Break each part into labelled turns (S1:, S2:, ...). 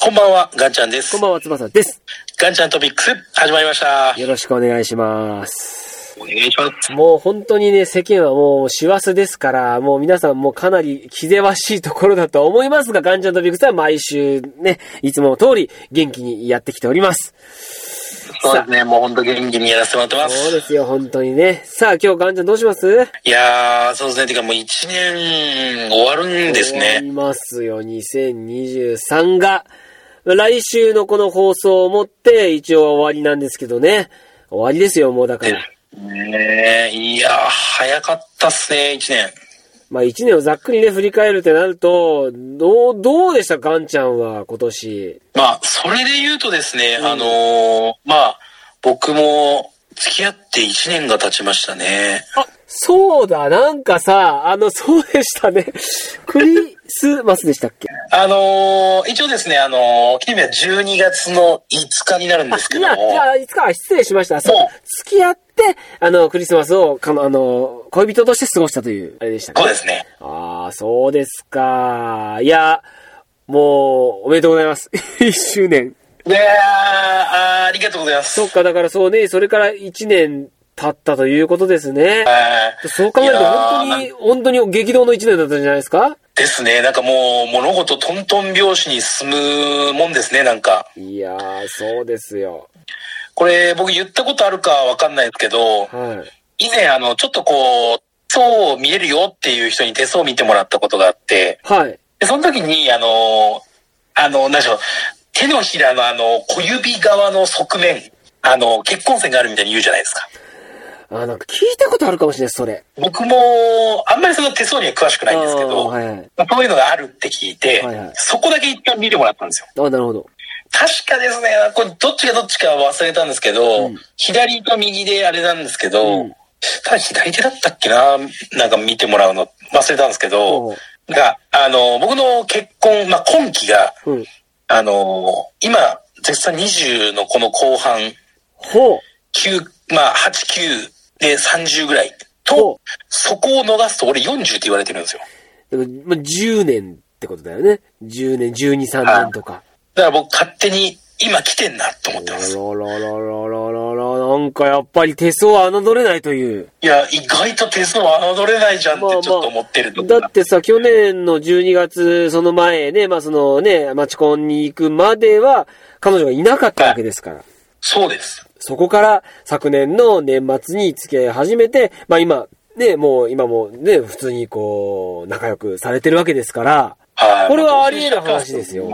S1: こんばんは、ガンちゃんです。
S2: こんばんは、翼です。
S1: ガンちゃんトピックス、始まりました。
S2: よろしくお願いします。
S1: お願いします。
S2: もう本当にね、世間はもう師走ですから、もう皆さんもうかなり気ぜわしいところだとは思いますが、ガンちゃんとビクスは毎週ね、いつもの通り元気にやってきております。
S1: そうですね、もう本当元気にやらせてもらってま
S2: そう
S1: す。
S2: ですよ、本当にね。さあ、今日ガンちゃんどうします
S1: いやー、そうですね、てかもう一年終わるんです
S2: 終わ
S1: ね。
S2: りますよ、2023が。来週のこの放送をもって、一応終わりなんですけどね。終わりですよ、もうだから。
S1: ねえ、いやー、早かったっすね、一年。
S2: まあ一年をざっくりね、振り返るってなると、どう、どうでしたガンちゃんは今年。
S1: まあ、それで言うとですね、あのー、まあ、僕も付き合って一年が経ちましたね。
S2: あ、そうだ、なんかさ、あの、そうでした ね。クリスマスでしたっけ
S1: あのー、一応ですね、あのー、記念日は12月の5日になるんですけ
S2: い
S1: ど
S2: や、
S1: も。
S2: じゃあ、いつか失礼しました。そう
S1: もう、
S2: 付き合って、あの、クリスマスを、かの、あの、恋人として過ごしたという、あれでしたっけ
S1: そうですね。
S2: ああ、そうですか。いや、もう、おめでとうござい ます。1周年。
S1: いやーあーありがとうございます。
S2: そっか、だからそうね、それから1年経ったということですね。
S1: はい
S2: そう考えると、
S1: いやー
S2: 本当に、本当に激動の一年だったんじゃないですか
S1: ですね。なんかもう物事トントン拍子に進むもんですね、なんか。
S2: いやー、そうですよ。
S1: これ僕言ったことあるかわかんないですけど、
S2: はい。
S1: 以前あの、ちょっとこう、手相を見れるよっていう人に手相を見てもらったことがあって、
S2: はい。
S1: でその時にあの、あの、何でしょう、手のひらのあの、小指側の側面、あの、結婚線があるみたいに言うじゃないですか。
S2: あ、なんか聞いたことあるかもしれない、それ。
S1: 僕も、あんまりその手相には詳しくないんですけど、
S2: あーはいはい
S1: まあそういうのがあるって聞いて、
S2: はいはい
S1: そこだけ一回見てもらったんですよ。
S2: あ、なるほど。
S1: 確かですね、これどっちがどっちかは忘れたんですけど、
S2: うん
S1: 左と右であれなんですけど、
S2: うん
S1: ただ左手だったっけななんか見てもらうの忘れたんですけ
S2: お
S1: ど
S2: う、
S1: が、あの、僕の結婚、まあ、今期が、
S2: うん。
S1: あの、今、絶賛20のこの後半、
S2: ほう。
S1: 9、まあ、8、9で30ぐらい
S2: ほ
S1: と、そこを逃すと俺40って言われてるんですよ。
S2: でも、まあ、10年ってことだよね。10年、12、3年とか。
S1: だから僕勝手に今来てんなと思ってます。
S2: ロロロロロロロなんかやっぱり手相は侮れないという。
S1: いや、意外と手相は侮れないじゃんって
S2: まあ
S1: ち
S2: ま
S1: ょ
S2: あ
S1: っと思ってるとこ
S2: だってさ、去年の12月、その前ね、まあそのね、マチコンに行くまでは、彼女がいなかったわけですから。
S1: そうです。
S2: そこから昨年の年末に付き合い始めて、まあ今、ね、もう今もね、普通にこう、仲良くされてるわけですから、
S1: はい。
S2: これはあり得る話ですよ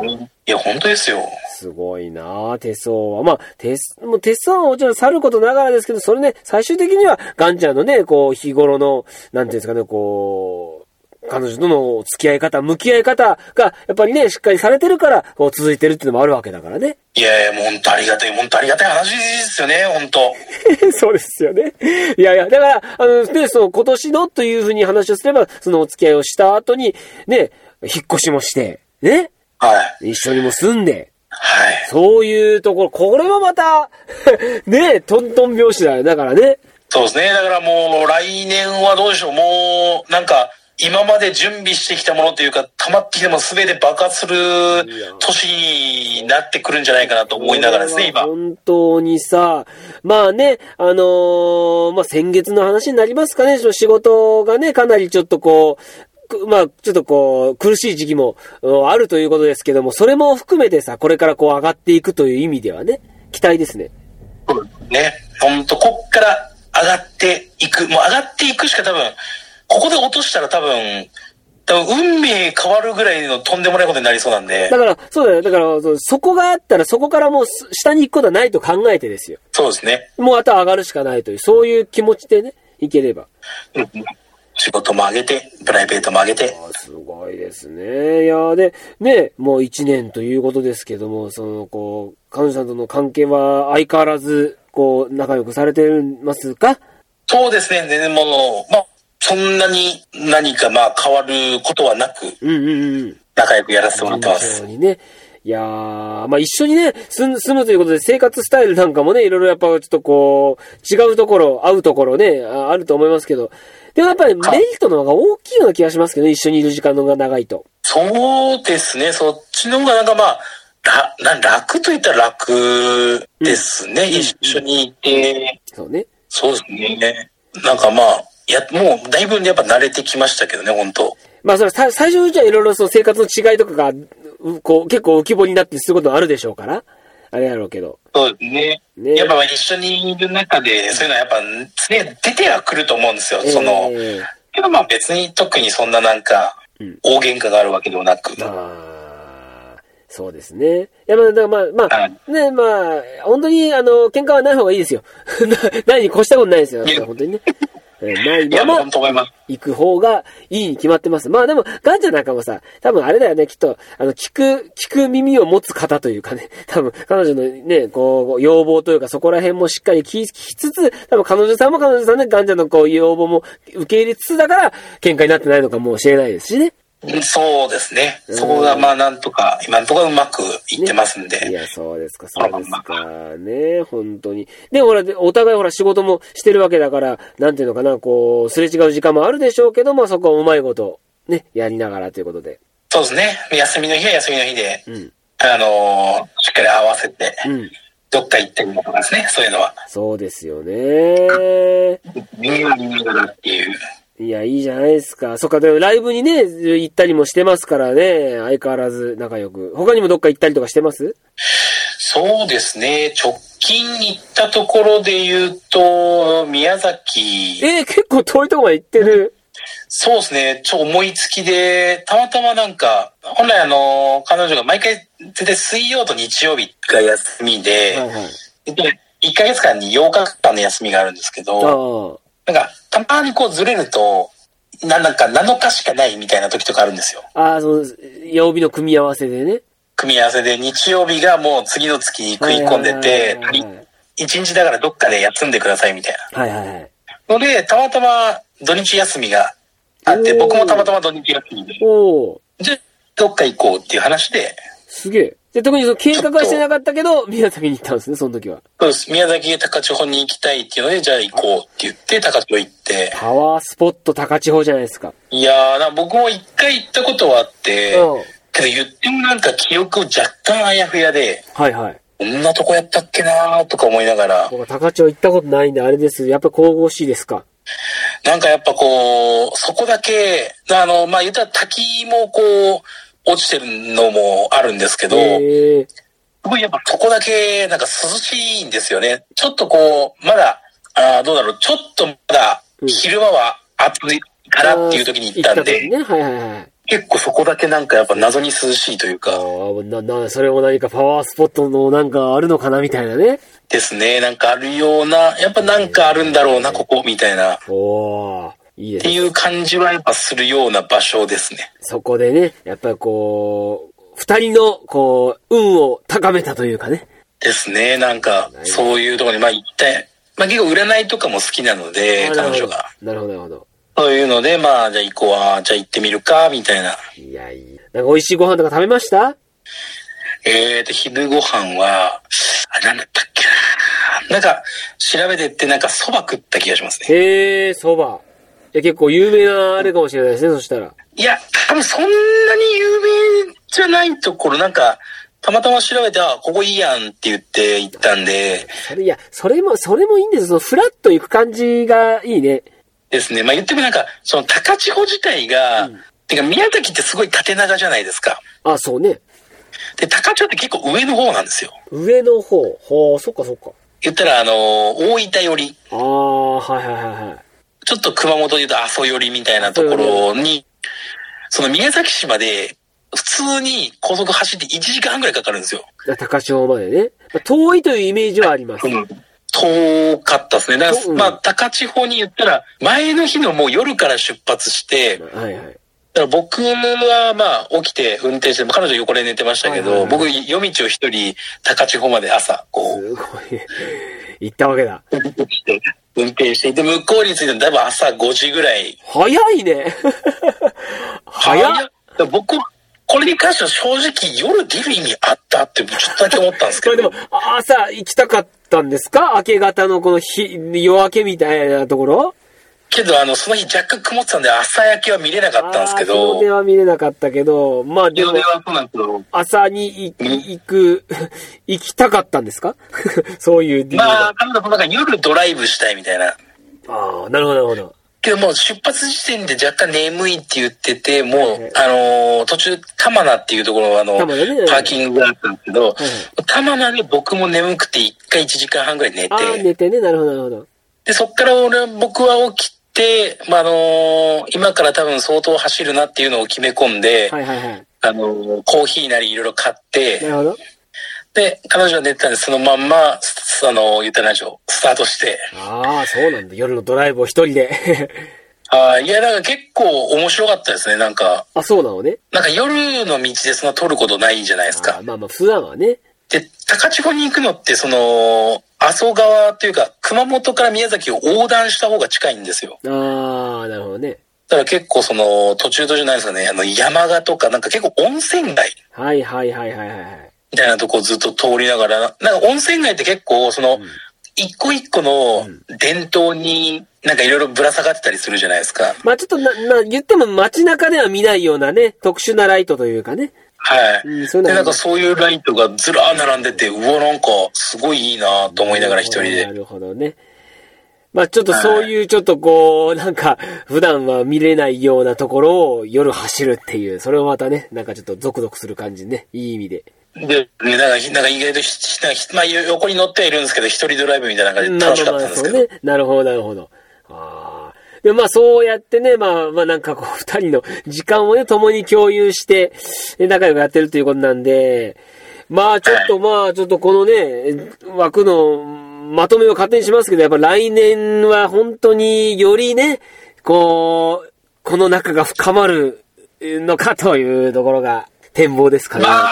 S1: いや、本当ですよ。
S2: すごいなあ手相は。まあ、手す、もう手相はもちろん去ることながらですけど、それね、最終的にはガンちゃんのね、こう、日頃の、なんていうんですかね、こう、彼女との付き合い方、向き合い方が、やっぱりね、しっかりされてるから、こう、続いてるっていうのもあるわけだからね。
S1: いやいや、もう本当ありがたい、本当ありがたい話ですよね、本当。
S2: そうですよね。いやいや、だから、あの、ね、その、今年のというふうに話をすれば、そのお付き合いをした後に、ね、引っ越しもして、ね、
S1: はい。
S2: 一緒にも住んで、
S1: はい。
S2: そういうところ、これもまた、 ね、トントン拍子だよ。だからね。
S1: そうですね。だからもう、来年はどうでしょう。もう、なんか、今まで準備してきたものというか、溜まってきたもの全て爆発する年になってくるんじゃないかなと思いながらですね、今。
S2: 本当にさ、まあね、あのーまあ先月の話になりますかね、その仕事がね、かなりちょっとこう、くまあ、ちょっとこう、苦しい時期もうんあるということですけども、それも含めてさ、これからこう上がっていくという意味ではね、期待ですね。
S1: そうですね。ほんと、こっから上がっていく。もう上がっていくしか多分、ここで落としたら多分、多分運命変わるぐらいのとんでもないことになりそうなんで
S2: だ。から、そうだよ。だから、そそこがあったら、そこからもうす下に行くことはないと考えてですよ。
S1: そうですね。
S2: もうあとは上がるしかないという、そういう気持ちでね、いければ。
S1: 仕事も上げて、プライベートも上げて。
S2: あすごいですね。いやーで、ね、もう一年ということですけども、その、こう、彼女さんとの関係は相変わらず、こう、仲良くされてますか
S1: そうですね。全然もう、まあ、そんなに何かまあ変わることはなく、
S2: うんうんうん。
S1: 仲良くやらせてもらってま
S2: 順
S1: す。
S2: 調にね。いやー、まあ、一緒にね、住ん住むということで、生活スタイルなんかもね、いろいろやっぱちょっとこう、違うところ、合うところね、ああると思いますけど、でもやっぱりメリットの方が大きいような気がしますけどね、一緒にいる時間の方が長いと。
S1: そうですね。そっちの方がなんかまあ、ら、な楽と言ったら楽ですね。一緒にいて、
S2: そうね。
S1: そうですね。なんかまあ、や、もうだいぶやっぱ慣れてきましたけどね、本当
S2: まあ、それはさ最初のうちはいろいろその生活の違いとかが、うこう、結構浮き彫りになってすることもあるでしょうから。あれやろうけど。
S1: そうですね。
S2: ね
S1: やっぱ一緒にいる中で、そういうのはやっぱ、ね、出てはくると思うんですよ。その、
S2: えー
S1: けどまあ別に特にそんななんか
S2: うん、
S1: 大喧嘩があるわけでもなく。
S2: まあ、そうですね。いや、まあ、だからまあ、ま
S1: は
S2: あ、ね、まあ、本当に、あの、喧嘩はない方がいいですよ。 なないに越したことないですよ。
S1: いや
S2: 本当にね。えーない
S1: いや、も
S2: ま
S1: う
S2: ま
S1: 本当思います。
S2: 行く方がいいに決まってます。まあでも、ガンちゃんなんかもさ、多分あれだよね、きっと、あの、聞く、聞く耳を持つ方というかね、 多分彼女のね、こう、要望というか、そこら辺もしっかり聞き聞きつつ、多分彼女さんも彼女さんで、ガンちゃんのこう、要望も受け入れつつだから、喧嘩になってないのかもしれないですしね。
S1: うんそうですね。
S2: うん
S1: そこがまあなんとか、今のところうまくいってますんで。
S2: いや、そうですか、そ
S1: あ
S2: う
S1: まあ
S2: です
S1: まあ
S2: か。ね本当に。で、ほら、でお互いほら、仕事もしてるわけだから、なんていうのかな、こう、すれ違う時間もあるでしょうけど、まあそこはうまいこと、ね、やりながらということで。
S1: そうですね。休みの日は休みの日で、
S2: うん。
S1: あのーしっかり合わせて、
S2: うん。
S1: どっか行ったりとかですね、そういうのは。
S2: そうですよね。
S1: 見えは見えだっていう。
S2: いや、いいじゃないですか。そっか、でもライブにね、行ったりもしてますからね、相変わらず仲良く。他にもどっか行ったりとかしてます
S1: そうですね。直近行ったところで言うと、宮崎。
S2: えー、結構遠いとこまで行ってる。
S1: そうですね。ちょ、思いつきで、たまたまなんか、本来あの、彼女が毎回、絶対水曜と日曜日が休みで、
S2: はいはい。
S1: 1ヶ月間に8日間の休みがあるんですけ
S2: あ
S1: ど、
S2: あ。
S1: なんか、たまにこうずれると、ななんか7日しかないみたいな時とかあるんですよ。
S2: ああ、その、曜日の組み合わせでね。
S1: 組み合わせで、日曜日がもう次の月に食い込んでて
S2: はいはいはいはい、
S1: 1日だからどっかで休んでくださいみたいな。
S2: はいはいはい。
S1: ので、たまたま土日休みがあって、
S2: おー
S1: 僕もたまたま土日休みで、
S2: おお、
S1: じゃあどっか行こうっていう話で、
S2: すげえ。で、特にその計画はしてなかったけど、宮崎に行ったんですね、その時は。
S1: そうです宮崎へ高千穂に行きたいっていうので、じゃあ行こうって言って高千穂行って、
S2: パワースポット高千穂じゃないですか。
S1: いやー、なんか僕も一回行ったことはあって、
S2: うん
S1: けど言ってもなんか記憶若干あやふやで、
S2: はいはい。
S1: こんなとこやったっけなーとか思いながら、
S2: 僕は高千穂行ったことないんで、あれです。やっぱ神々しいですか。
S1: なんかやっぱこう、そこだけ、あの、まあ、言ったら滝もこう、落ちてるのもあるんですけど、
S2: へえ
S1: すごいやっぱここだけなんか涼しいんですよね。ちょっとこう、まだ、あーどうだろう、ちょっとまだ
S2: うん
S1: 昼間は暑いからっていう時に行ったんで、
S2: 行った時ね、はいはいはい。
S1: 結構そこだけなんかやっぱ謎に涼しいという
S2: あ
S1: か、
S2: あ、な、な、それも何かパワースポットのなんかあるのかなみたいなね。
S1: ですね。なんかあるような、やっぱなんかあるんだろうな、ここ、みたいな。っ
S2: おおいいです
S1: て
S2: ね。
S1: いう感じはやっぱするような場所ですね。
S2: そこでね、やっぱりこう、二人の、こう、運を高めたというかね。
S1: ですね。なんか、そういうところに、まあ行って、まあ結構占いとかも好きなので、
S2: あなるほ
S1: 彼
S2: ど
S1: 女が。
S2: なるほど、なるほど。
S1: そういうので、まあじゃあ行こうわ、じゃあ行ってみるか、みたいな。
S2: いや、いい。なんか美味しいご飯とか食べました
S1: えーと、昼ご飯は、あ、なんだったっけな。なんか、調べてって、なんか蕎麦食った気がしますね。
S2: へえ、そば。いや、結構有名なあれかもしれないですね、そしたら。
S1: いや、多分そんなに有名じゃないところ、なんか、たまたま調べて、あ、ここいいやんって言って行ったんで、
S2: それ、いや、それも、それもいいんですよ。その、フラッと行く感じがいいね。
S1: ですね。まあ言ってもなんか、その高千穂自体が、てか宮崎ってすごい縦長じゃないですか。
S2: あ、そうね。
S1: で、高千穂って結構上の方なんですよ。
S2: 上の方。ほう、そっかそっか。
S1: 言ったら、あのー大分寄り、
S2: ああ、はいはいはいはい。
S1: ちょっと熊本で言うと阿蘇寄りみたいなところに、その宮崎市まで普通に高速走って1時間半ぐらいかかるんですよ。
S2: 高千穂までね。まあ遠いというイメージはあります。
S1: 遠かったですね。だから
S2: うん
S1: まあ、高千穂に言ったら、前の日のもう夜から出発して、だか
S2: はいはい。
S1: ら僕はまあ起きて運転して、彼女横で寝てましたけ
S2: はい
S1: ど、
S2: はいは
S1: 僕夜道を一人高千穂まで朝、こう、
S2: すごい。行ったわけだ。
S1: 運転していて、向こうに着いたのだいぶ朝5時ぐらい
S2: 早いね。早っ。
S1: っ僕、これに関しては正直夜出る意味あったってちょっとだけ思ったんですけ
S2: こ れで
S1: ど
S2: も、、あ朝行きたかったんですか明け方のこの日、夜明けみたいなところ
S1: けど、あの、その日若干曇ってたんで、朝焼けは見れなかったんですけ
S2: あー日
S1: ど
S2: の出、は見れなかったけど、まあで
S1: 日の
S2: も
S1: 出、はそうなんですけど、
S2: 朝にい行く、 行きたかったんですか そういう理由
S1: まあ、
S2: が。
S1: 彼女もなんか夜ドライブしたいみたいな。
S2: ああ、なるほど、なるほど。
S1: けどもう出発時点で若干眠いって言ってて、もう、
S2: いはい
S1: あのー途中、玉名っていうところのあの、
S2: 玉名ね
S1: パーキングがあったんですけど
S2: いは、
S1: 玉名で僕も眠くて一回1時間半ぐらい寝
S2: ああ、
S1: て、
S2: 寝てね、なるほど、なるほど。
S1: で、そっから俺は、僕は起きて、まあ、あのー今から多分相当走るなっていうのを決め込んで、
S2: はいはいはい。
S1: あのーコーヒーなりいろいろ買って、
S2: なるほど。
S1: で、彼女は寝てたんで、そのまんま、すあの、言ったらでしょう、スタートして。
S2: ああ、そうなんだ。夜のドライブを一人で。
S1: あーいや、なんか結構面白かったですね、なんか。
S2: あ、そうなのね。
S1: なんか夜の道でそんな撮ることないんじゃないです
S2: あ
S1: か
S2: ー。まあまあ、普段はね。
S1: で、高千穂に行くのって、その、阿蘇川というか、熊本から宮崎を横断した方が近いんですよ。
S2: ああ、なるほどね。
S1: だから結構その、途中途中なんですかね、あの、山鹿とか、なんか結構温泉街
S2: はいはいはいはいはいはい。
S1: みたいなとこずっと通りながら、なんか温泉街って結構、その、一個一個の伝統になんかいろいろぶら下がってたりするじゃないですか。
S2: まあちょっとな、まあ言っても街中では見ないようなね、特殊なライトというかね。
S1: はい。
S2: うんそういうの
S1: で、
S2: ある
S1: なんかそういうライトがずらー並んでて、うわ、なんかすごいいいなと思いながら一人
S2: な
S1: で。
S2: るほどね。まあちょっとそういうちょっとこう、なんか、普段は見れないようなところを夜走るっていう、それもまたね、なんかちょっとゾクゾクする感じね、いい意味で。
S1: で、ねなんかひ、なんか意外とひ、ひなんかひまあ、よ横に乗ってはいるんですけど、一人ドライブみたいな感じで楽しかったんですけど。
S2: まあまあまあそうね。なるほど、なるほど。ああ。で、まあそうやってね、まあまあなんかこう、 二人の時間をね、共に共有して、ね仲良くやってるということなんで、まあちょっと、まあちょっとこのね、枠のまとめを勝手にしますけど、やっぱ来年は本当によりね、こう、この仲が深まるのかというところが展望ですかね。
S1: ま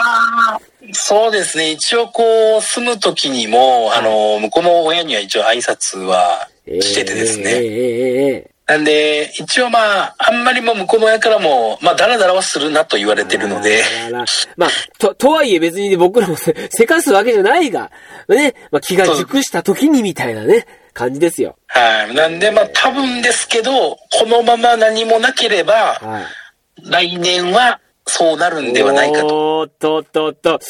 S1: あ、そうですね。一応こう、住む時にも、あの、向こうの親には一応挨拶はしててですね。
S2: ええええええ
S1: なんで、一応まあ、あんまりもう向こうの親からも、まあ、ダラダラはするなと言われてるので、
S2: あららまあ、と、とはいえ別にね僕らも せ、せかすわけじゃないが、ね、まあ気が熟した時にみたいなね、感じですよ。
S1: はい。なんでまあ、多分ですけど、このまま何もなければ、
S2: はい。
S1: 来年はそうなるんではないかと。
S2: おーっとっとっと。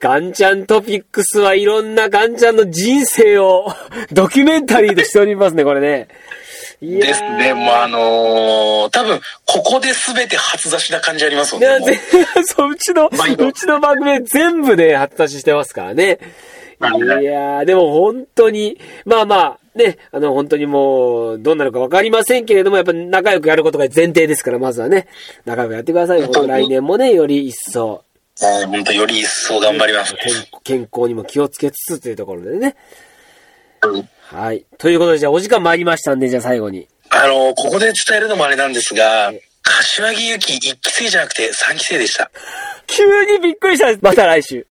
S2: ガンちゃんトピックスはいろんなガンちゃんの人生を ドキュメンタリーとしておりますね、これね。いやー
S1: ですね。もうあのー多分、ここで全て初出しな感じありますよ
S2: い
S1: ね。
S2: や、
S1: もう
S2: ぜ そう、うちの、
S1: 毎度
S2: うちの番組全部で発達してますからね。
S1: はい
S2: い
S1: はい
S2: やー、でも本当に、まあまあ、ね、あの本当にもう、どうなるかわかりませんけれども、やっぱ仲良くやることが前提ですから、まずはね、仲良くやってくださいよ。
S1: 本当に
S2: 来年もね、より一層、
S1: はい本当より一層頑張ります。
S2: 健健康にも気をつけつつというところでね。
S1: うん
S2: はい。ということで、じゃあお時間参りましたんで、じゃあ最後に。
S1: あのーここで伝えるのもあれなんですが、柏木由紀1期生じゃなくて3期生でした。
S2: 急にびっくりしたまた来週。